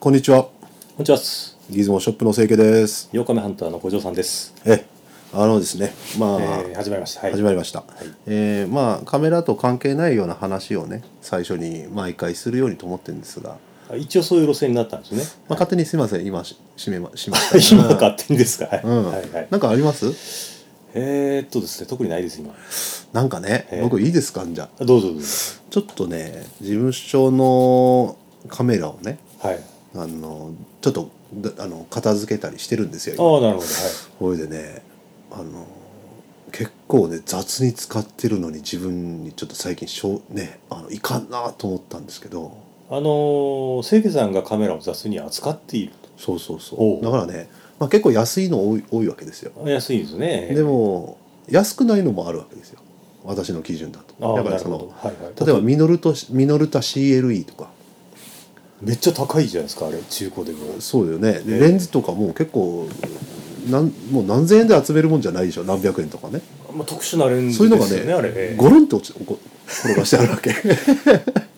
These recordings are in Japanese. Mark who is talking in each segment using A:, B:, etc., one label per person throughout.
A: こんにちは。
B: こんにちはっす。
A: ギズモショップの清家です。
B: 8日目ハンターの五条さんです。
A: え、あのですね、まあ、
B: えー、始まりました。はい。
A: 始まりました。えーまあカメラと関係ないような話をね、最初に毎回するようにと思ってるんですが、ま
B: あ一応そういう路線になったんですね。
A: あ、勝手にすいません、今し締 めましました。
B: 今勝手にですか。はい。
A: うん、
B: はいはい。
A: なんかあります？
B: えー、っとですね、特にないです今。
A: なんかね、
B: えー
A: 僕いいですかじゃあ、
B: どうぞどうぞ。
A: ちょっとね、事務所のカメラをね、
B: はい。
A: あのちょっとだあの片付けたりしてるんですよ。今
B: ああ、なるほど。はい。
A: ほいでねあの結構ね雑に使ってるのに自分にちょっと最近しょうねあのいかんなと思ったんですけど
B: あのー、清家さんがカメラを雑に扱っている
A: そうそうそ
B: お
A: う
B: う
A: だからね、まあ、結構安いの多い多いわけですよ
B: と。安いんですね。
A: でも安くないのもあるわけですよ私の基準だ
B: あ
A: と
B: あ、
A: だか
B: な
A: ら
B: る
A: そ
B: ほど。
A: の
B: はいはい。
A: 例えばミノルとミノルタ CLE とか
B: めっちゃ高いじゃないですか、あれ、中古でも。
A: そうだよねで
B: ええ
A: レンズとかも結構なんもう何千円で集めるもんじゃないでしょ何百円とかね
B: まあ、特殊なレンズ
A: そういうのが
B: ですよね、あれ。え
A: ね
B: え
A: ゴロンと落ちこ転がしてあるわけ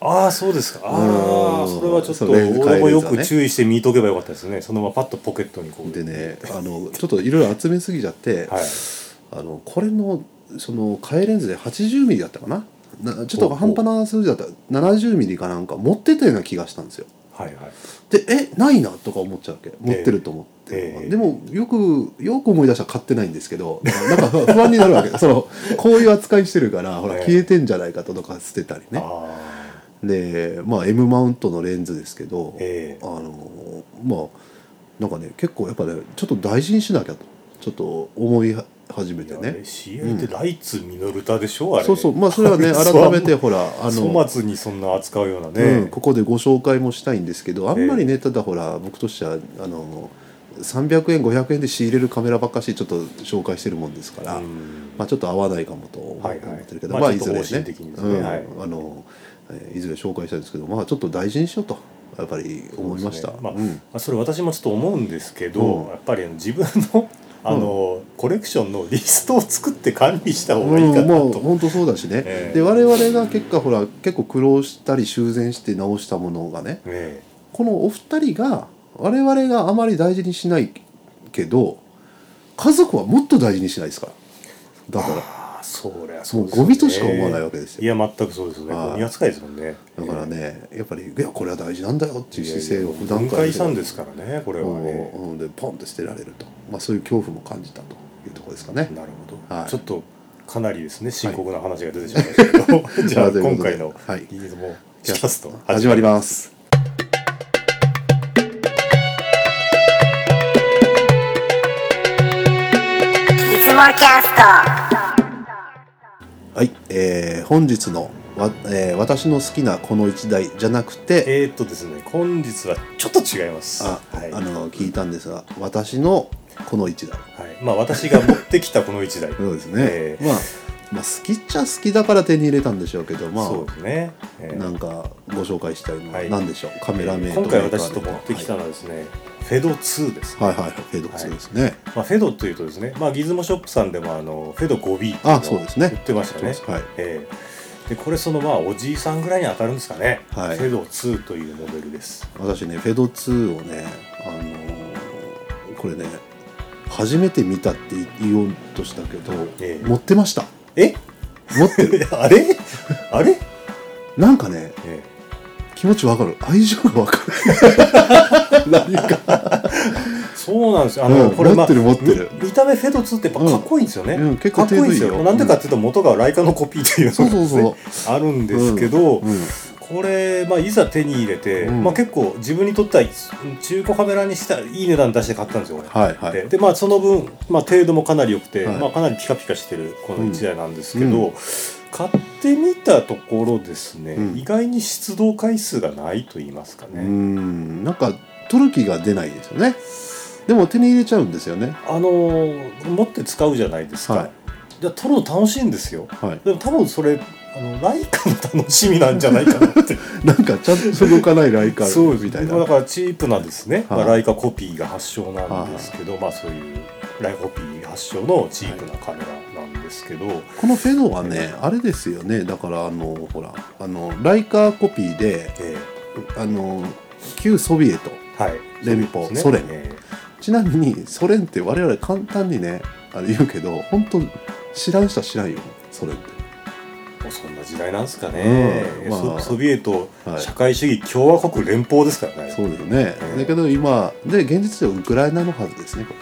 B: ああそうですかあ
A: う
B: あ
A: ん
B: それはちょっ
A: そ
B: と
A: うレンズ
B: 俺も
A: 変える
B: よ
A: やつは
B: く
A: ね
B: 注意して見とけばよかったですねそのままパッとポケットにこう
A: でねあのちょっといろいろ集めすぎちゃって、
B: はい
A: あのこれのその替えレンズで 80mm だったかななちょっと
B: ほう
A: 半端な数字だった 70mm かなんか持ってたような気がしたんですよ
B: はいはい
A: でえないなとか思っちゃうわけ持ってると思って。
B: ええ
A: でもよくよく思い出したら買ってないんですけどなんかなんか不安になる わけそのこういう扱いしてるからほら
B: ええ
A: 消えてんじゃないかとか捨てたりね
B: ああ
A: でまあ M マウントのレンズですけど
B: え
A: あ
B: え
A: のまあなんかね結構やっぱねちょっと大事にしなきゃとちょっと思い始めて
B: いやあれ
A: ね
B: CA ってライツミノルタでしょあれ
A: そうそうまあそれはね
B: そう
A: 改めてほらあ
B: 粗
A: の、
B: 末にそんな扱うような
A: うん、
B: ね
A: ここでご紹介もしたいんですけどあんまりねただほら僕としてはあの300円500円で仕入れるカメラばっかしちょっと紹介してるもんですから、
B: うん
A: まあ、ちょっと合わないかもと思っ
B: はいはい
A: てるけど、
B: まあ
A: まあ、
B: ちょっと
A: い
B: 方
A: ずれ
B: 針
A: ね
B: 的にですね
A: うん
B: はい
A: あのえーいずれ紹介したいんですけどまあちょっと大事にしようとやっぱり思いました。
B: そうですねまあ
A: うん
B: まあそれ私もちょっと思うんですけど、
A: うん
B: やっぱりあの自分のあの、コレクションのリストを作って管理した方がいいかなと、
A: うん、もう本当そうだしね、
B: ええ
A: で我々が結果ほら結構苦労したり修繕して直したものがね
B: え
A: このお二人が我々があまり大事にしないけど家族はもっと大事にしないですからだから
B: えああそりゃそ
A: も
B: う
A: う
B: です
A: ゴ
B: よね
A: ミとしか思わないわけです
B: い
A: よ、
B: や全くそうですね
A: はい
B: ゴミ扱いですもんね
A: だからねやっぱりいやこれは大事なんだよっていう姿勢を普段
B: 段
A: から
B: 階さんですからねこれはね
A: うんうんでポンって捨てられると、まあ、そういう恐怖も感じたというところですかね
B: なるほど、
A: はい
B: ちょっとかなりですね深刻な話が出てしまいましたけど、 じゃあ
A: まあという
B: 今
A: ことで
B: 回の
A: はい
B: 「ギズモキャスト」
A: 始まりますは
C: いつもキャスト
A: い、えー本日のわ、えー私の好きなこの一台じゃなくて、
B: えー、っとですね本日はちょっと違います
A: あ、
B: はい
A: あの聞いたんですが、私のこの一台。
B: はいまあ、私が持ってきたこの一台
A: そうですね。
B: え ー
A: まあ、まあ好きっちゃ好きだから手に入れたんでしょうけど、ま
B: そう
A: あ
B: ですね、えー
A: なんかご紹介したいのは
B: はい
A: 何でしょう。カメラメ
B: え
A: イ
B: ー
A: ト
B: 今回
A: メーカー
B: 私と持ってきたのはですね、フェド2です、
A: はいはいはいフェードツーですね。
B: まあ、フェドというとですね、まあ、ギズモショップさんでもあのフェド 5B っていうのを
A: あ、そうですね。
B: 売ってましたね
A: そうです
B: えーでこれそのまあおじいさんぐらいに当たるんですかね、
A: はい
B: フェド2というモデルです
A: はい。私ねフェードツーをね、あのーこれね初めて見たって言おうとしたけど、
B: ええ
A: 持ってました。
B: え
A: 持って る。
B: あれあれ、
A: なんかね。
B: え
A: 気持ちわかる愛情がわか る何か、
B: ーそうなんですよあ
A: う
B: の、
A: ん
B: これ、
A: 持ってる持ってる
B: み見た目フェド2ってやっぱかっこいいんですよね、
A: うん、結
B: か
A: 構
B: っこ
A: 程
B: いい
A: 度
B: んで
A: いい
B: す
A: よ
B: よなんでかっていうと元がライカのコピーという
A: そ
B: の
A: う
B: が
A: そう
B: ですね
A: そ
B: あるんですけど、
A: う、うん、
B: これ、まあ、いざ手に入れて、
A: うん
B: まあ、結構自分にとっては中古カメラにしたいい値段出して買ったんですよこれ
A: はいはい
B: ででまあその分、まあ、程度もかなり良くて、
A: はい
B: まあ、かなりピカピカしてるこの1台なんですけど、買ってみたところですね、
A: うん
B: 意外に出動回数がないと言いますか
A: う
B: ね、
A: んなんか取る気が出ないですよねでも手に入れちゃうんですよね
B: あのー持って使うじゃないですか、
A: はい
B: いや撮るの楽しいんですよ
A: はい
B: でも多分それあのライカの楽しみなんじゃないかな って
A: なんかちゃんと動かないライカ
B: そう
A: みたいな
B: まあだからチープなんですね、
A: はい
B: まあ、ライカコピーが発祥なんですけど、まあそういうライカコピー発祥のチープなカメラなんですけど、
A: このフェノはねあれですよねだからあのほらあのライカコピーで
B: え
A: あの旧ソビエト
B: えはい
A: 連邦
B: そうです
A: ソ連
B: え
A: ちなみにソ連って我々簡単にねあの言うけど本当知らん人は知らんよソ連って
B: ーもうそんな時代なんですかね、
A: うんまあ
B: ソソビエト、
A: はい
B: 社会主義共和国連邦ですからね
A: そうですね、
B: うん
A: だけど今で現実ではウクライナのはずですねこ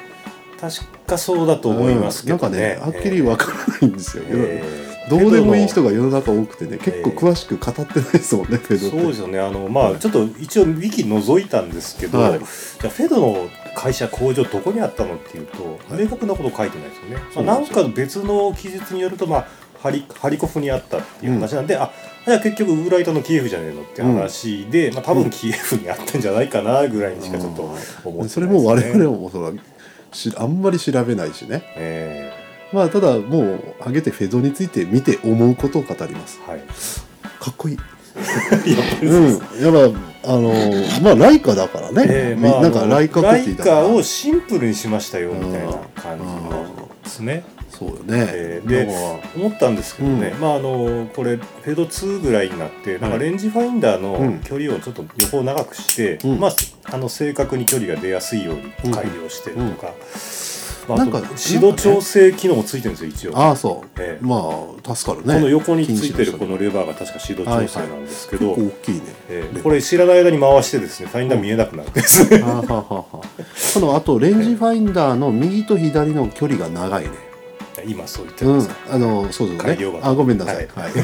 A: れ
B: 確かそうだと思いますけどね,、
A: うんなんかねはっきりわからないんですよ、
B: えー
A: どうでもいい人
B: け
A: が世の中多くてね結構詳しく語ってないですもんねフェド
B: ど
A: って
B: そうですよねあのまあちょっと一応ウィキ覗いたんですけど、
A: はい
B: じゃあフェドの会社工場どこにあったのっていうと
A: はい
B: 明確なこと書いてないですよね、
A: そう
B: ま
A: な
B: あなんん
A: ですよ
B: か別の記述によるとまあハリハリコフにあったっていう話なんで、あじゃあ結局ウーライトのキエフじゃねえのって話で、まあ、多分キエフにあったんじゃないかなぐらいにしかちょっと思ってないです、ね、
A: それも我々もそらしあんまり調べないしね
B: え
A: まあただもう挙げてフェドについて見て思うことを語ります
B: ーはいやっ
A: かっ こいい
B: ぱりそうです
A: うんやっぱあのまあライカだからね、
B: えー
A: み
B: まあ、
A: なんかライカコピーだから
B: ライカをシンプルにしましたよみたいな感じ
A: うんうん
B: のですね。
A: そうよね、
B: えーで
A: だから
B: 思ったんですけどね、
A: うん
B: まああのこれフェード2ぐらいになってなん
A: は
B: か
A: い
B: レンジファインダー
A: うん
B: の距離をちょっと横を長くして、
A: うん
B: まあ、あの正確に距離が出やすいように改良してとか、まあ、あと
A: なんか
B: 指導調整機能もついてるんですよ一応。
A: ああそう、
B: ええ
A: まあ助かるね
B: この横につい
A: 近
B: てる
A: 視の人
B: このレバーが確か指導調整なんですけ
A: 結
B: ど、
A: 構大きいね、
B: えーこれ知らない間に回してですねファインダー見えなくなるんですね。
A: はあはあはあはあこのあとレンジファインダーの右と左の距離が長いね。
B: 今そう言って
A: う
B: ま
A: ん
B: すか、、
A: あのそうそう
B: 改
A: ね
B: 良型。
A: あごめんなさい。
B: は
A: はいい、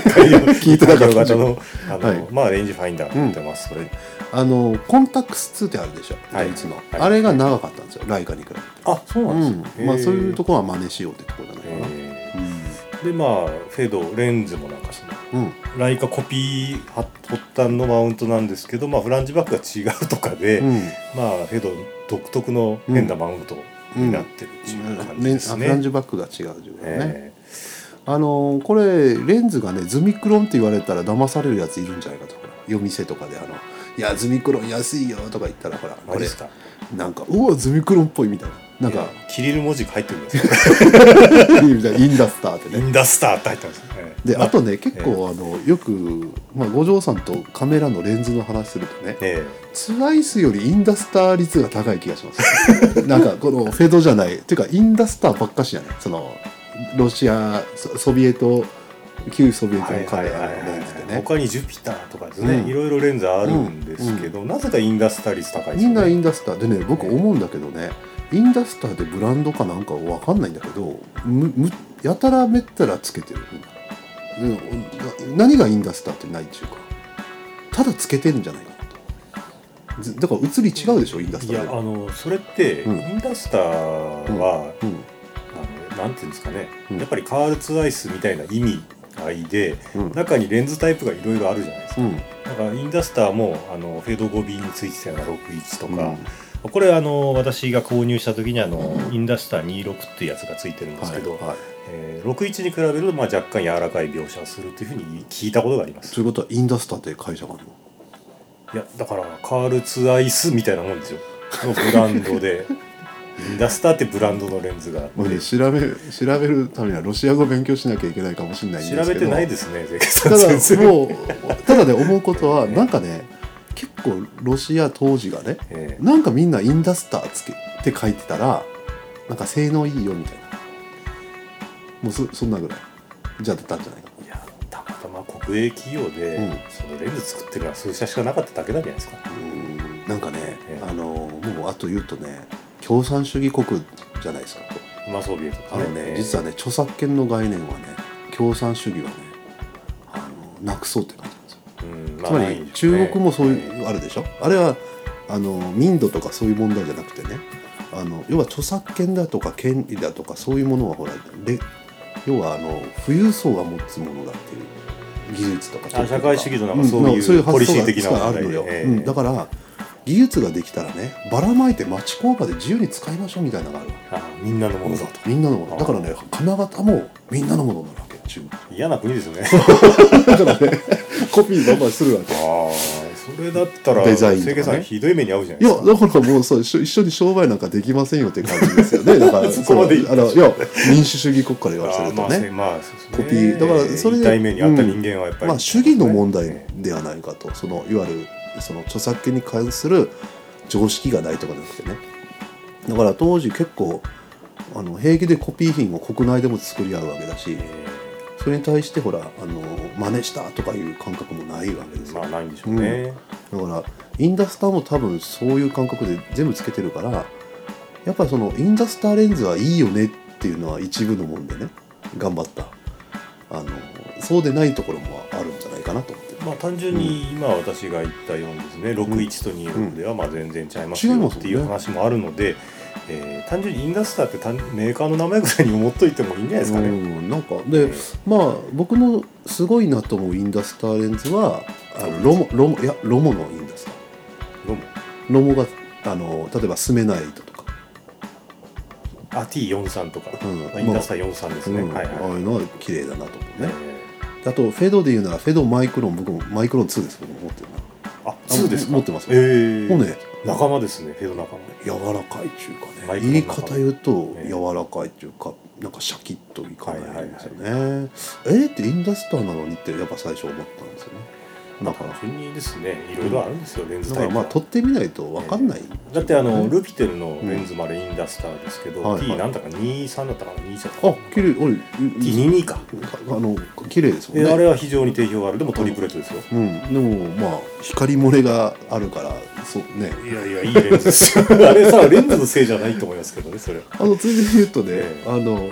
A: 聞いてなか
B: 改
A: っ
B: 良
A: た
B: 型のあの、
A: はい
B: まあレンジファインダーになってます、それ
A: あのコンタックス2ってあるでしょ。
B: はい
A: ドイツの、
B: い
A: あれが長かったんですよ。ライカに比べて。
B: あそう
A: う
B: なん
A: ん
B: です、
A: まあそういうとこ
B: こ
A: ろは真似しようってところじゃないかな。
B: でまあフェードレンズもなんかその
A: うん、うん
B: ライカコピーは発端のマウントなんですけど、まあ、フランジバックが違うとかで、
A: うん
B: まあフェード独特の変なマウントになってるっていう感じ
A: ね、
B: で
A: あ
B: す
A: フ
B: ね。
A: ランジバックが違うということね、
B: ええ
A: あのこれレンズがねズミクロンって言われたら騙されるやついるんじゃないかとほら夜店とかであの「いやズミクロン安いよ」とか言ったらほらこ
B: マジ
A: れ
B: ですか
A: なんか「うわズミクロンっぽい」みたいななん
B: い
A: か
B: やキリル文字が入ってるんで すよ。
A: 「いいみたいなインダスター」って
B: イ
A: ね
B: ンダスターって入ってますよね。
A: で
B: ま
A: あとね結構あのよく、まあ、五条さんとカメラのレンズの話するとね
B: え
A: ツアイスよりインダスター率が高い気がしますなんかこのフェドじゃないっていうかインダスターばっかしじゃないそのロシアソソビエト旧ソビエトのカメラのレンズでね
B: 他にジュピターとかですね、
A: うん
B: いろいろレンズあるんですけど、なぜかインダスタ率高いです
A: み
B: よ
A: んな
B: ね
A: インダスターでね僕思うんだけどねインダスターでブランドかなんかわかんないんだけどむむやたらめったらつけてるみんなうんな何がインダスターってないっていうかただつけてんじゃないかなとずだから映り違うでしょインダス
B: い
A: タ
B: やあ
A: ーで
B: のそれって、
A: うん
B: インダスターは、
A: うん
B: あのなんていうんですかね、
A: うん
B: やっぱりカールツアイスみたいな意味合いで
A: うん
B: 中にレンズタイプがいろいろあるじゃないですか、
A: うん
B: だからインダスターもあのフェード 5B についてたような61と
A: うん
B: か、これあの私が購入した時にあの、インダスター26っていうやつがついてるんですけど、
A: はいはい
B: えー61に比べると、まあ、若干柔らかい描写をするというふうに聞いたことがあります
A: ということはインダスターって会社があるの
B: いやだからカールツアイスみたいなもんですよのブランドでインダスターってブランドのレンズがあって
A: もうね調べ調べるためにはロシア語勉強しなきゃいけないかもしれないんですけど
B: 調べてないですね、ゼケさ
A: た
B: ん全
A: だ
B: 然。
A: もうただね思うことはなんかね結構ロシア当時がね
B: ええ
A: なんかみんなインダスターつけって書いてたらなんか性能いいよみたいなもうそそんなぐらいじゃだったんじゃないか
B: いやたまたま国営企業で、
A: うん
B: そのレンズ作ってるのは数社しかなかっただけなんじゃないですか。
A: なうんなんかね
B: ええ
A: あのもうあと言うとね共産主義国じゃないですか
B: まあ、ソビエト
A: あのね実
B: は
A: はね著作権の概念はね共産主義はねあのなくそうって感じなんですよ
B: うんまあ
A: つま
B: ない
A: り
B: んでしょう
A: 中
B: ね
A: 国もそうい
B: え
A: うあるでしょあれはあの民度とかそういう問題じゃなくてねあの要は著作権だとか権利だとかそういうものはほらで要はあの富裕層が持つものだっていう技術とか
B: あ社会主義のなんか
A: ん
B: そういうポリシー
A: 発
B: 的
A: 想
B: な
A: が
B: 問
A: 実はあ
B: 題
A: るのよ、
B: ええ
A: うんだから技術ができたらねばらまいて町工場で自由に使いましょうみたいなのがあるわ
B: えあみんなのものだと
A: けみんなのものだからね金型もみんなのものになるわけ中国
B: 嫌な国ですね
A: だからねコピーバンバンするわ
B: あ
A: け
B: あそれだったら
A: デザインとかね
B: ゼケさんひどい目に遭うじゃない
A: い
B: で
A: や
B: すか
A: だからもうそう一緒一緒に商売なんかできませんよっていう感じです よねだから
B: そこまで言
A: そうあのいや民主主義国から言われ
B: あー
A: る
B: ま
A: と
B: あせ
A: ね
B: まあそうですね
A: コピーだからそれで
B: 痛い目に遭った人間はやっぱり、
A: まあ主義の問題
B: え
A: ではないかとそのいわゆるその著作権に関する常識がないとかじゃなくてねだから当時結構あの平気でコピー品を国内でも作り合うわけだしそれに対してほらあの真似したとかいう感覚もないわけですよ
B: まあないんでしょうね、
A: だからインダスターも多分そういう感覚で全部つけてるからやっぱりそのインダスターレンズはいいよねっていうのは一部のもんでね頑張ったあのそうでないところもあるんじゃないかなと思って
B: まあ単純に今私が言ったようにですね、61と26ではまあ全然違います
A: 違い
B: よ
A: ま
B: っ
A: すよね
B: ていう話もあるので、えー単純にインダスターって単メーカーの名前ぐらいに思っといてもいいんじゃないですかね、
A: うん、なんかでまあ僕のすごいなと思うインダスターレンズはあのロモロモいやロモのインダスター
B: どうも
A: ロモがあの例えばスメナイトとか、
B: あ T43 とか、
A: うん
B: まあインダスター43ですね、
A: うん
B: はいはい、
A: ああいうのは綺麗だなと思うね、
B: え
A: あとフェドで言うならフェドマイクロン僕もマイクロン2ですけど持ってるな
B: ーあ2ですか
A: 持ってます
B: えー
A: もうね
B: 仲間ですねフェド仲間
A: 柔らかいっていうかね
B: マイク
A: 言
B: ロの
A: い
B: 中
A: 方言うと
B: ええ
A: 柔らかいっていうかなんかシャキッといかないんですよね、えーってインダスターなのにってやっぱ最初思ったんですよねだから
B: 単純にですねいろいろあるんですよ、レンズ
A: だ
B: タ
A: か
B: イ
A: ら
B: プ
A: まあ
B: は
A: 撮ってみないと分かんない、
B: だってあの、
A: うん
B: ルピテルのレンズまでインダスターですけど、
A: はいはい
B: T なんだか23だったかな21だったかな
A: あ綺麗おい
B: T22 か、
A: あの綺麗ですもん
B: え
A: ね
B: あれは非常に定評があるでもトリプレットですよ、
A: うん、でもまあ光漏れがあるからそうね
B: いやいやいいレンズですよ あれさレンズのせいじゃないと思いますけどねそれは
A: あのついでに言うとね、
B: ええ
A: あの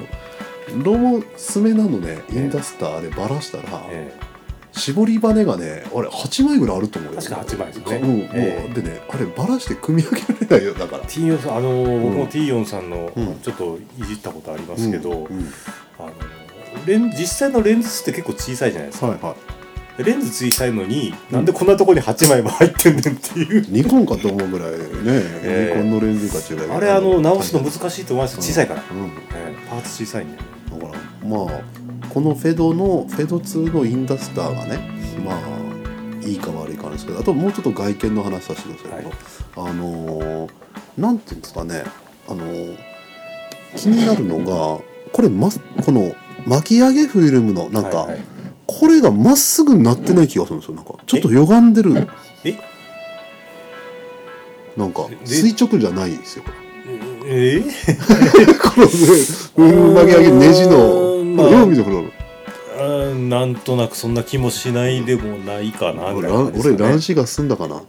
A: ロモスメなのねイ
B: え
A: ンダスターあればらしたら、
B: え
A: 絞りバネがねあれ8枚ぐらいあると思うよ
B: 確か8枚ですね
A: うんもう
B: え
A: で
B: え
A: ねあれバラして組み上げられないよだから
B: え T4 さんあのー、僕
A: うん
B: も T4 さんの、
A: うん
B: ちょっといじったことありますけど、
A: うんうん
B: あのレン実際のレンズ数って結構小さいじゃないですか、
A: はいは
B: レンズ小さいのになんでこんなとこに8枚も入ってんねんっていう、
A: いニコンかと思うぐらいね、
B: ええ
A: ニコンのレンズたちが
B: あれあの直すの難しいと思います小さいから、
A: うん
B: ええパーツ小さいんで
A: だからまあこのフェドのフェド2のインダスターがねまあいいか悪いかなんですけどあともうちょっと外見の話させてくださいよ、あのーなんていうんですかねあのー気になるのがこれ、ま、この巻き上げフィルムのなんか、
B: はいはい
A: これがまっすぐになってない気がするんですよなんかちょっと歪んでる
B: え
A: なんか
B: で
A: 垂直じゃないんですよ こ
B: ええ
A: のねうん巻き上げネジの
B: まあ
A: よう見てくれる
B: あーなんとなくそんな気もしないでもないかなぐ
A: 俺
B: らいな
A: 乱
B: んですかね
A: 俺乱視が済んだかな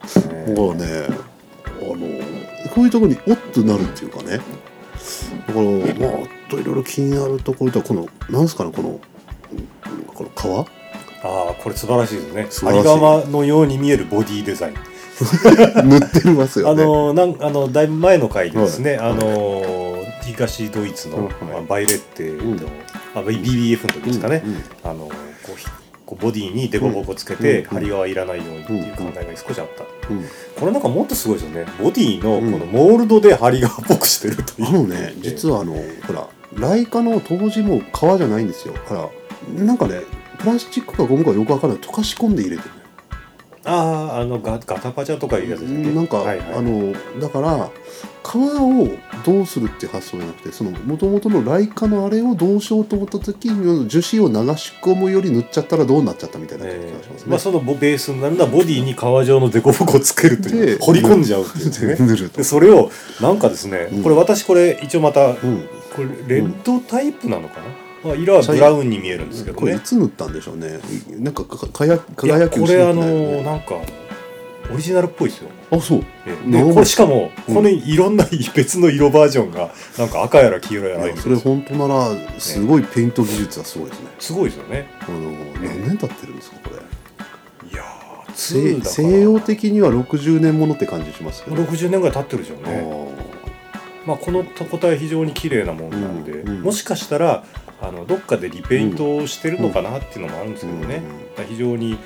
B: え
A: もうねあのこういうところにおっとなるっていうかねだからまああといろいろ気になるところではこのなんすかねこのうんこ の
B: ーああこれ素晴らしいですね
A: 素
B: ハ
A: 晴ら
B: リ
A: しい
B: ガマのように見えるボディデザイン
A: 皮塗ってます
B: あ
A: よね
B: のなんあのだいぶ前の回でですね、あの東ドイツの、
A: はい
B: まあバイレッテの、
A: うん
B: まあ、BBF の時ですかね、
A: うんうん
B: あのこうひこうボディにデコボコつけて、
A: うん
B: 張りはいらないようにっていう考
A: うん
B: えが少しあった、
A: うん
B: これなんかもっとすごいですよねボディ
A: う
B: の
A: ん
B: このモールドで張りがっぽくしてるという、
A: あのね実はあのほらライカの当時も皮じゃないんですよほらなんかねプラスチックかゴムかよくわからない溶かし込んで入れてるのよ
B: あああのガガタパチャとかいうやつですね
A: なんか、
B: はいはい
A: あのだから皮をどうするって発想じゃなくてその元々のライカのあれをどうしようと思った時に樹脂を流し込むより塗っちゃったらどうなっちゃったみたいな気
B: え
A: がします
B: ーま
A: ね
B: あ、。そのボベースになるのはボディに革状の凸凹をつけるという
A: で
B: 彫り込んじゃうっていうですね
A: 塗ると
B: で、それをなんかですね、
A: うん
B: これ私これ一応またこ
A: うん、
B: れレッドタイプなのかな、まあ、色はブラウンに見えるんですけど
A: これい
B: ね
A: つ塗ったんでしょうねなんかかかや
B: いや
A: 輝き
B: こ
A: をして
B: れ
A: る
B: あ
A: んじゃないよ
B: の
A: ね
B: なんかオリジナルっぽいですよ
A: あそう
B: で
A: なるほど
B: これしかも
A: うん
B: このいろんな別の色バージョンがなんか赤やら黄色やら
A: い
B: あるん
A: や
B: で
A: そ
B: す
A: れ
B: よ
A: 本当ならすごいペイント技術はすごいですね
B: すごいですよね
A: あの何年経ってるんですかこれ
B: いやー
A: 西
B: 2だから
A: 西洋的には60年ものって感じしますけど
B: 60年ぐらい経ってるでしょう
A: あ
B: ね
A: ー
B: まあ、この個体非常に綺麗なものなんで、
A: うんうん
B: もしかしたらあのどっかでリペイントをしてるのかなっていうのもあるんですけどね、
A: うんうん
B: だから非常に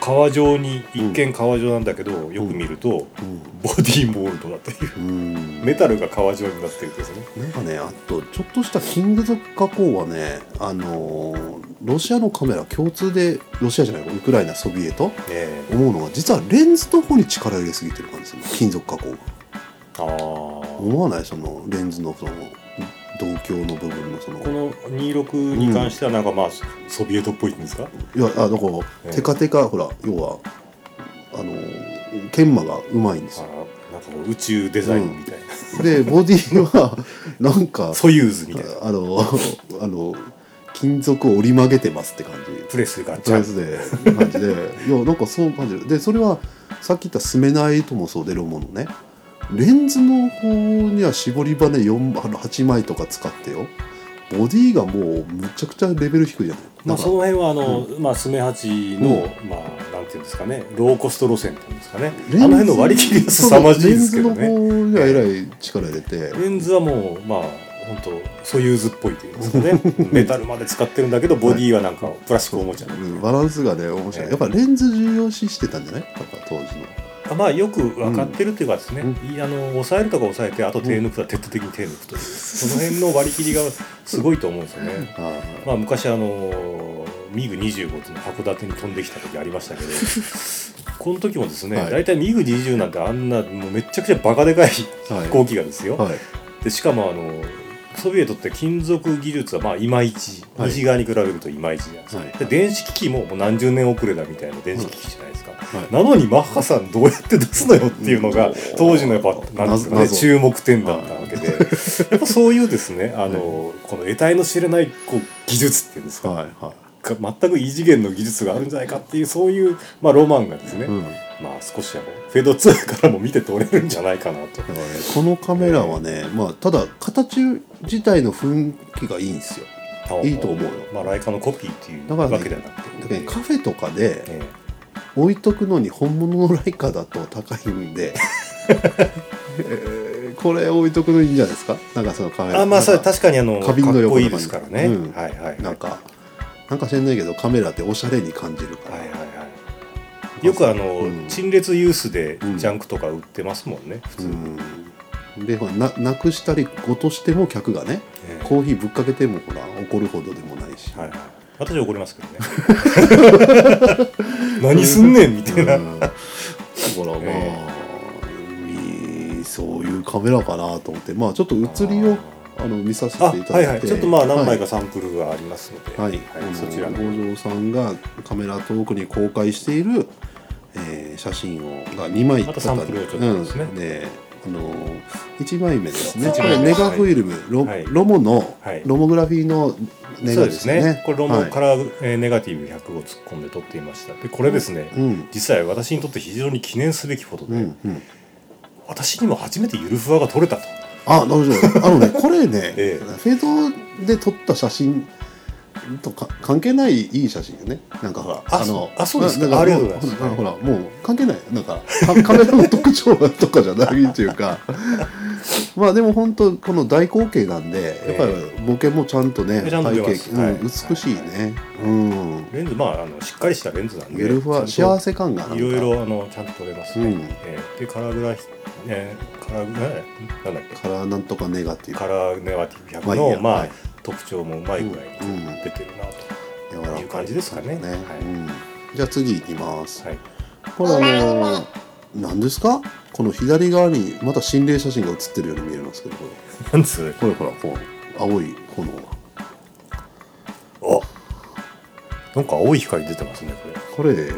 B: 革状に一見革状なんだけど、よく見ると
A: うん
B: ボディーモールドだという
A: うん
B: メタルが革状になってるんですね
A: なんかねあとちょっとした金属加工はねあのーロシアのカメラ共通でロシアじゃないウクライナソビエト
B: ええ
A: 思うのは実はレンズの方に力入れすぎてる感じする金属加工が
B: ああこ
A: 思わないそのレンズのその同鏡の部分のそのい
B: の26に関してはなんかまあソビエトっぽいんですか、
A: やあだから、
B: ええ
A: テカテカほら要はあのー研磨がうまいんです
B: あ
A: よ
B: らなんか宇宙デザインみたいな、
A: でボディはなんか
B: ソユーズみたいな
A: あのあの金属を折り曲げてますって感じ
B: プレスが
A: とりあえずで感じでいやなんかそう感じるでそれはさっき言った「すめない」ともそうでロモのねレンズの方には絞り羽4あの8枚とか使ってよボディがもうむちゃくちゃレベル低いじゃない
B: まあ、
A: なんか
B: その辺はあの、まあ、スメハチの、まあ、なんていうんですかねローコスト路線っていうんですかねあ
A: レンズ
B: の辺の割り切りが凄まじいですけど
A: レ
B: ね
A: ンズの方にはえらい力入れて、
B: レンズはもうまあ本当ソユーズっぽいというんですかね メタルまで使ってるんだけどボディはなんかプラスチックおもちゃ
A: うんバランスがね面白い、
B: ええ
A: やっぱレンズ重要視してたんじゃないやっぱ当時の
B: まあよく分かってるというかですね、
A: う
B: いあの抑えるとか抑えてあと手抜くとは徹底的に手抜くという、その辺の割り切りがすごいと思うんですよね。
A: ああ
B: まあ、昔あのミグ25っていうのが函館に飛んできた時ありまし たけどこの時もですね、
A: はい
B: 大体ミグ20なんてあんなもうめちゃくちゃバカでかい飛
A: はい
B: 行機がですよ、
A: はい
B: でしかもあのソビエトって金属技術はまあいまいち、
A: はい
B: 西側に比べるといまいちじゃないですか、
A: はい
B: で電子機器ももう何十年遅れだみたいな電子機器じゃないですか、
A: はい
B: なのにマッハさんどうやって出すのよっていうのが当時のやっぱなんですかね
A: 謎
B: 注目点だったわ けで、やっぱそういうですねあの、この得体の知れないこう技術っていうんですか、
A: はいは
B: が全く異次元の技術があるんじゃないかっていうそういう、まあ、ロマンがですね、
A: い、うん
B: まあ少しあのフェード2からも見て取れるんじゃないかなと。
A: だからねこのカメラはね、まあただ形自体の雰囲気がいいんですよいいと思うよ
B: まあ、ライカのコピーっていう
A: だからね
B: わけではなくて。
A: だけどねカフェとかで
B: え
A: 置いとくのに本物のライカだと高いんで、 えーこれ置いとくのいいんじゃないですかなんかそのカメ
B: え
A: ラ
B: あ、まあ、
A: なんか
B: それ確かにあの、か
A: 花
B: っ
A: 瓶の横
B: こいい
A: とか
B: で
A: に
B: すからね。
A: うん
B: はいはいはい。
A: なんかなんか知らないけどカメラっておしゃれに感じるから、
B: はいはいはい。よくあの、
A: うん
B: 陳列ユースでジ
A: うん
B: ャンクとか売ってますもんね、普通に。
A: うんでほらななくしたりごとしても客がね
B: ええ
A: コーヒーぶっかけてもほら怒るほどでもないし、
B: はいはい。私は怒りますけどね。 何すんねんみたいな。
A: うんだからまあ、
B: え
A: いいそういうカメラかなと思ってまあちょっと写りをあの見させて
B: あ、
A: いた
B: はい
A: だ
B: はいい。
A: て
B: ちょっとまあ何枚
A: か
B: かサンプルがありますので、
A: はい、はい
B: はいそちらの。
A: 五条さんがカメラトークに公開している、えー写真をが2枚
B: またサンプルをちょっとですね
A: うんであの1枚目ですね
B: 一
A: こ
B: 枚
A: れ
B: 目
A: ネガフィルム、ロ
B: はい
A: ロモの、
B: はい
A: ロモグラフィーのネ
B: そ
A: ガ
B: う
A: で
B: です
A: すね
B: ね。これロ
A: は
B: モ
A: い
B: カラー、えーネガティブ100を突っ込んで撮っていました。で、これですね。
A: うん
B: 実際私にとって非常に記念すべきことで、
A: うんうん
B: 私にも初めてゆるふわが撮れたと
A: あ、なるほど。あ のね、これね、
B: ええ
A: フェードで撮った写真とか関係ないいい写真よね。なんかほら、
B: あ
A: の、
B: あそうですか
A: な
B: あり
A: な
B: がと
A: ん
B: う
A: か
B: ございます
A: ほらほら、ほらもう関係ない。なんか、か カメラの特徴とかじゃないっていう か。まあでも本当この大光景なんで、やっぱりボケもちゃんとね、
B: ちゃんと出ま
A: 背
B: す
A: 景、うん
B: はい
A: 美しいね。うん。
B: レンズまああのしっかりしたレンズなんで
A: ゆるふわ、
B: ちゃん
A: 幸
B: と
A: せ感がなんか。
B: いろいろあのちゃんと撮れます、
A: う
B: ね
A: ん。
B: えーでカラーグラフィ、えーカラーグラなんだっけ
A: カラーなんとかネガっていう
B: カラーネガティブ100
A: まあいい
B: の、
A: や
B: まあ
A: はい
B: 特徴もうまいぐらい
A: うん
B: に出てるなと、
A: 柔らか
B: いう感じですかねは
A: う
B: い
A: んじゃあ次いきます。
B: はい
A: これあの何ですかこの左側にまた心霊写真が写ってるように見えますけどこ
B: なんですかね
A: れこれほらこう青い炎が
B: あなんか青い光出てますねこれ
A: これ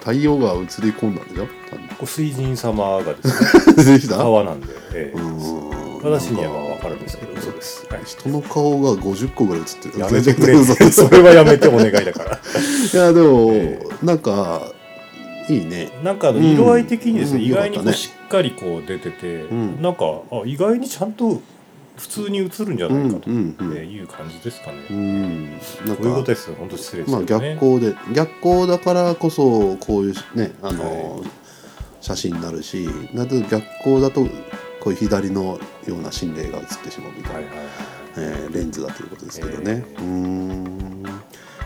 A: 太陽が写り込んだんでしょ
B: これ水神様がですね
A: 出てきたう
B: 川なんで、え
A: ー
B: ー
A: ん
B: 私には
A: なん
B: 分
A: か
B: かるんですけどそうです、はい
A: 人の顔が50個ぐらい写ってる
B: やめてくれ
A: 全然
B: それはやめてお願いだから。
A: いやでも、
B: え
A: なんかいいね
B: なんかあの色合い的にですね、
A: うん
B: 意外に
A: よ
B: こう
A: かった
B: しっかりこう出てて、
A: ん
B: なんかあ意外にちゃんと普通に映るんじゃ
A: うん
B: ないうかと
A: んうん、
B: いう感じですかね。
A: うんなん
B: こういうこと
A: か
B: ですよ本当失礼です
A: まあ
B: けど
A: 逆
B: ね。
A: 光で逆光だからこそこういうねあの、写真になるしだと逆光だとこういう左のような心霊が写ってしまうみたいな、
B: はいはいはい
A: えーレンズだということですけどね、
B: ええ
A: うーん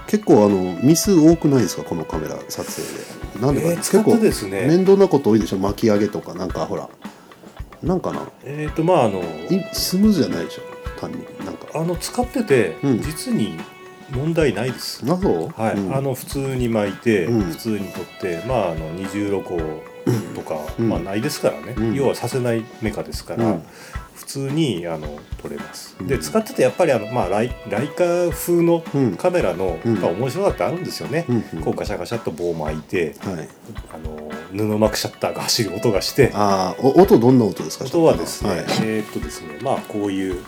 A: 結構あのミス多くないですかこのカメラ撮影でなんでか、
B: えー使
A: 結
B: った
A: 構
B: ですね
A: 面倒なこと多いでしょ巻き上げとかなんかほらなんかな
B: えっ、とまああの
A: いスムーズじゃないでしょ単になんか
B: あの使ってて、
A: うん
B: 実に問題ないです。
A: なそう
B: はい、
A: うん
B: あの普通に巻いて、
A: うん
B: 普通に撮ってまああの二重露光とか、
A: うん
B: まあ、ないですからね、
A: うん
B: 要はさせないメカですから、
A: うん
B: 普通にあの撮れます、
A: うん
B: で使っててやっぱりあの、まあ、ライライカ風の
A: うん
B: カメラの、
A: うん
B: まあ、面白さってあるんですよね、
A: うんうん
B: こうガシャガシャっと棒巻いて
A: はい、
B: あの布巻くシャッターが走る音がして
A: ああ音どんな音ですか
B: 音はですね、
A: はい
B: えーっとですねまあこういう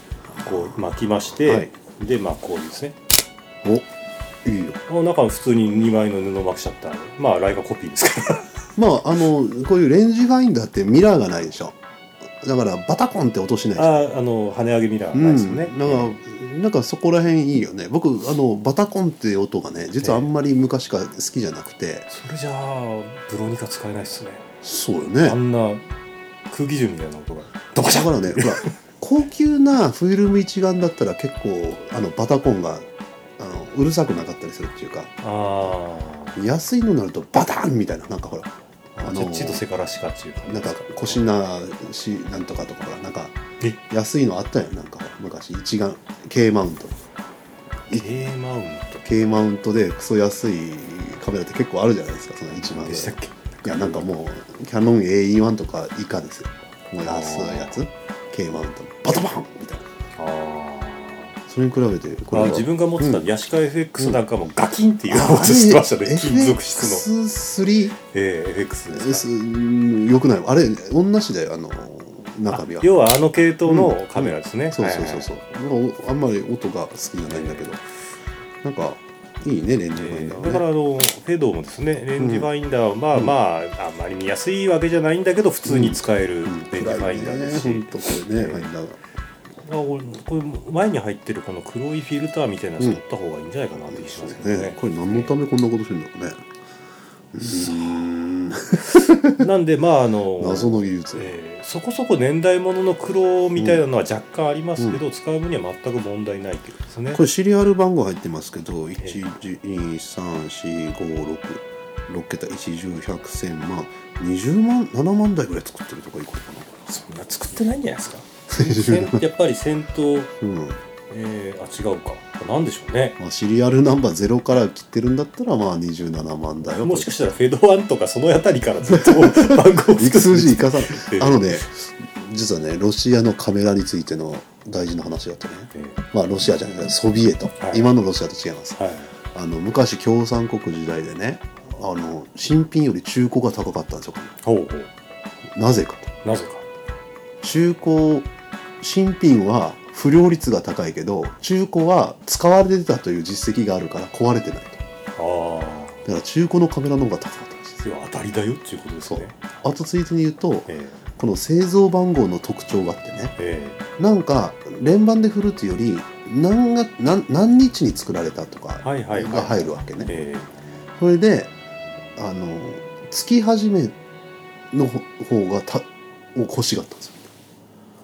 B: こう巻きまして、
A: はい
B: でまあこういうですね
A: おいいよ
B: この中は普通に2枚の布巻くシャッターまあライカコピーですから
A: まああのこういうレンジファインダーってミラーがないでしょだからバタコンって音しないでしょ
B: ああの跳ね上げミラーないですよね、
A: うん、なんかなんかそこら辺いいよね僕あのバタコンって音がね実はあんまり昔から好きじゃなくて、
B: それじゃあブロニカ使えないっすね
A: そうよね
B: あんな空気銃みたいな音がドカシ
A: だ
B: ャ
A: からねほら高級なフィルム一眼だったら結構あのバタコンがあのうるさくなかったりするっていうか
B: あ
A: 安いのになるとバタンみたいななんかほら
B: あ
A: あ
B: あ
A: の
B: のちょっとせからしかっていう感じ
A: なんかコシナしなんとかとかほらなんか
B: え
A: 安いのあったよなんかほら昔一眼 K マウント
B: A マウン
A: K マウントでクソ安いカメラって結構あるじゃないですかその1万ぐ
B: トで
A: ら
B: したっ
A: いい
B: け
A: やなんかもうキャノン AE1 とか以下ですよもう安いやつ K マウントのバタバンみたいな
B: あ
A: それに比べて
B: ーあ自分が持ってた
A: うん
B: ヤシカ FX なんかもガキンっていう音
A: ああれ
B: してましたね金属質の
A: FX3
B: えー FX ですか
A: よくないあれ同じだよあの中身は
B: 要はあの系統のカメラですね、
A: そうそうそうそう、なんかおあんまり音が好きじゃないんだけど、なんかいいねレンジファイ
B: え
A: ンダ
B: ー
A: ー
B: だから
A: はね
B: あのフェードもですねレンジファインダーはまあ、
A: うん
B: まああんまり見やすいわけじゃないんだけど普通に使える
A: うん
B: レンジファインダーですし、
A: 暗いねほんとこれね、
B: えー
A: ファインダーが
B: あこれこれ前に入ってるこの黒いフィルターみたいなやつ
A: うん
B: 取った方がいいんじゃないかなって気しますけど
A: ね
B: ね、
A: これ何のためこんなことしてんだろうねうーん
B: なんでまああの
A: 謎の技術、
B: えーそこそこ年代物の黒みたいなのは若干ありますけど、使う分には全く問題ないっていうことですね
A: これシリアル番号入ってますけど1234566桁1010100万20万7万台ぐらい作ってるとかいうことか
B: そんな作ってないんじゃ ないですかせ
A: なん
B: やっぱり戦闘、
A: うん
B: えーあ違うかなんでしょうね
A: まあ、シリアルナンバー0から切ってるんだったらまあ27万台は
B: もしかしたらフェードワンとかその辺りからずっと番号を
A: いく数字いかさ
B: ええ
A: あのね実はねロシアのカメラについての大事な話だったね
B: え
A: まあロシアじゃないソビエト、
B: はい
A: 今のロシアと違います
B: ーはい
A: あの昔共産国時代でねあの新品より中古が高かったんですよ
B: ほうほう
A: なぜか
B: なぜか
A: と中古新品は不良率が高いけど中古は使われてたという実績があるから壊れてないと
B: ああ
A: だから中古のカメラの方が高かったらしいです
B: 要は当たりだよっていうことですね
A: あとついでに言うと
B: え
A: この製造番号の特徴があってね
B: ーえー
A: なんか連番で振るっていうより何が何何日に作られたとか
B: はいはいはい
A: が入るわけね、
B: え
A: それであの月始めのほ方がたを欲しかったんですよ
B: ー、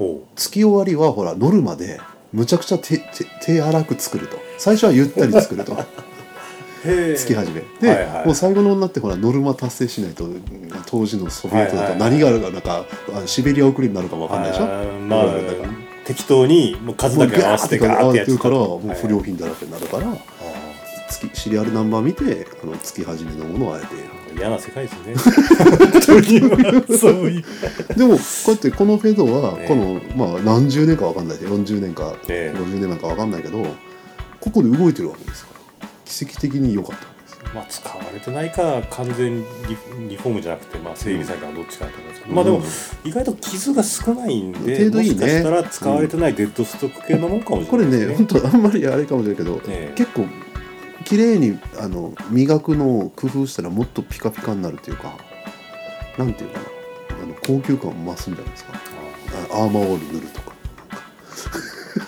B: ほ
A: 月終わりはほらノルマでむちゃくちゃ手手手荒く作ると最初はゆったり作 ると
B: うへ
A: 月
B: は
A: 始めで、
B: はいはい
A: もう最後のになってほらノルマ達成しないと当時のソビエトだと何があるかなんか、あのシベリア送りになるかも分かんないでしょ
B: まあ
A: だから
B: 適当にもう数だけ合わせてガーってやって
A: る
B: た
A: からもう
B: はい
A: 不良品だらけになるから、
B: あ
A: 月シリアルナンバー見てあの月始めのものをあえて
B: ー嫌な世界ですね本当にはそういう
A: 選ぶでもこうやってこのフェドは
B: ね
A: この、まあ何十年か分かんないで40年か
B: ええ
A: 50年なんか分かんないけどここで動いてるわけですから奇跡的に良かったんですよ
B: まあ使われてないか完全にリフリフォームじゃなくてまあ整備されたらどっちかだと思うんですけど、まあでも
A: う
B: 意外と傷が少ないんで
A: 程度いいね
B: もしかしたら使われてないデッドストック系のもんかも
A: ん
B: し
A: こ
B: れな
A: れ
B: い
A: ね本当あんまりあれかもしれないけど、
B: ええ
A: 結構綺麗にあの磨くのを工夫したらもっとピカピカになるというかなんていうかなあの高級感も増すんじゃないですかあアーマーオイル塗るとか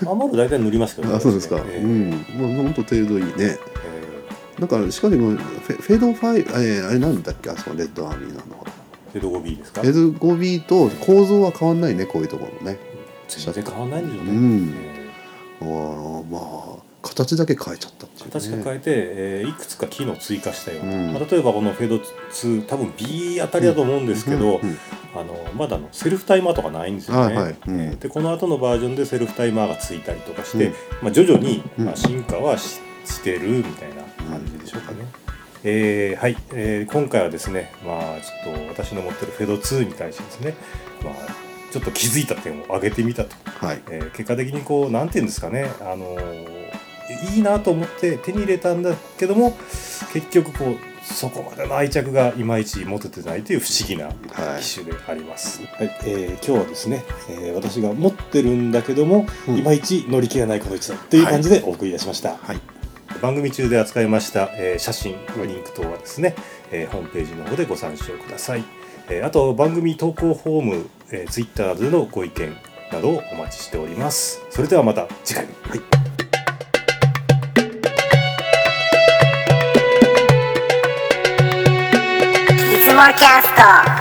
B: あまだ大体塗りますけどね
A: あそうですか、
B: ええ
A: うんもうほんと程度いいね
B: え
A: だからしかしもフェフェドファイえーあれなんだっけあそこレッドアーミーなのほら
B: えでどこ B ですか
A: フェド 5B と構造は変わんないねこういうところもね
B: 全然変わんないんでしょうね、
A: うん
B: ええ
A: あーまあ形だけ変えちゃったっていう、ね、
B: 形が変えて、えーいくつか機能追加したよ、
A: うん
B: まあ、例えばこのフェード2多分 B あたりだと思うんですけど、
A: うんうん
B: あのまだあのセルフタイマーとかないんですよね、
A: はいはいうん
B: えーでこの後のバージョンでセルフタイマーがついたりとかして、
A: うん
B: まあ、徐々に、
A: うん
B: まあ、進化はししてるみたいな感じでしょうかね、えーはい、えー今回はですね、まあ、ちょっと私の持ってるフェド2に対してですね、まあ、ちょっと気づいた点を挙げてみたと、
A: はい
B: えー結果的にこう、なんていうんですかね、あのーいいなと思って手に入れたんだけども、結局こう、そこまでの愛着がいまいち持ててないという不思議な
A: はい
B: 機種であります、はいえー今日はですね、えー私が持ってるんだけども、
A: うん
B: いまいち乗り切らないこの一だという感じでお送りいたしました、
A: はい
B: 番組中で扱いました、えー写真のリンク等はですね、えーホームページの方でご参照ください、えーあと番組投稿フォーム、えー、Twitter などでのご意見などをお待ちしておりますそれではまた次回
C: いつもキャスト